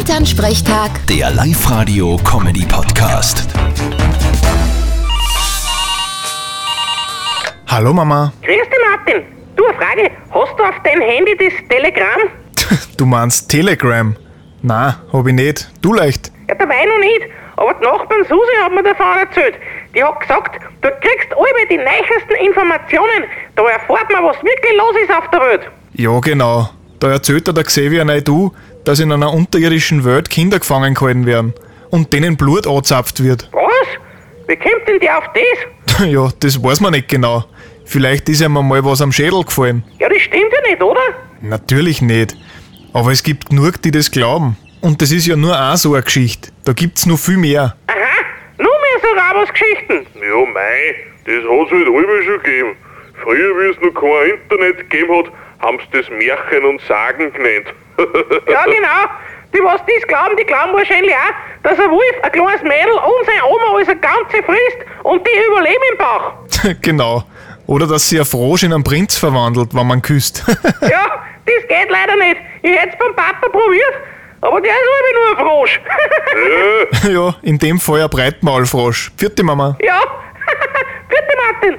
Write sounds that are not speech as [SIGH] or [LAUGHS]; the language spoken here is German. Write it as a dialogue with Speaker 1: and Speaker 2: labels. Speaker 1: Elternsprechtag,
Speaker 2: Der Live-Radio-Comedy-Podcast.
Speaker 3: Hallo Mama, [LAUGHS]
Speaker 4: Grüß dich, Martin. Du, eine Frage. Hast du auf deinem Handy das Telegramm?
Speaker 3: du meinst Telegram? Na, hab ich nicht. Du leicht.
Speaker 4: Ja, da weiß ich noch nicht. Aber die Nachbarn Susi hat mir davon erzählt. Die hat gesagt, du kriegst alle die neuesten Informationen. Da erfährt man, was wirklich los ist auf der Welt.
Speaker 3: Ja, genau. Da erzählt dir der Xavier Naidu, dass in einer unterirdischen Welt Kinder gefangen gehalten werden und denen Blut angezapft wird. [LAUGHS]
Speaker 4: Was? Wie kommt denn der auf das?
Speaker 3: ja, das weiß man nicht genau. Vielleicht ist ihm mal was am Schädel gefallen.
Speaker 4: Ja, das stimmt ja nicht, oder?
Speaker 3: Natürlich nicht. Aber es gibt genug, die das glauben. Und das ist ja nur auch so eine Geschichte. Da gibt's noch viel mehr. [LAUGHS]
Speaker 4: Aha, nur mehr so Rabos Geschichten.
Speaker 5: Ja, mei, das hat's halt immer schon gegeben. Früher, wie es noch kein Internet gegeben hat, haben's das Märchen und Sagen genannt. [LAUGHS]
Speaker 4: Ja, genau. Die, was dies glauben, die glauben wahrscheinlich auch, dass ein Wolf ein kleines Mädel und seine Oma als eine ganze frisst und die überleben im Bauch.
Speaker 3: genau. Oder dass sie ein Frosch in einen Prinz verwandelt, wenn man küsst. [LAUGHS]
Speaker 4: Ja, das geht leider nicht. Ich hätte es beim Papa probiert, aber der ist irgendwie nur ein Frosch. [LAUGHS]
Speaker 3: [LAUGHS] Ja, in dem Fall ein Breitmaulfrosch. Vierte Mama.
Speaker 4: ja, [LAUGHS] bitte Martin.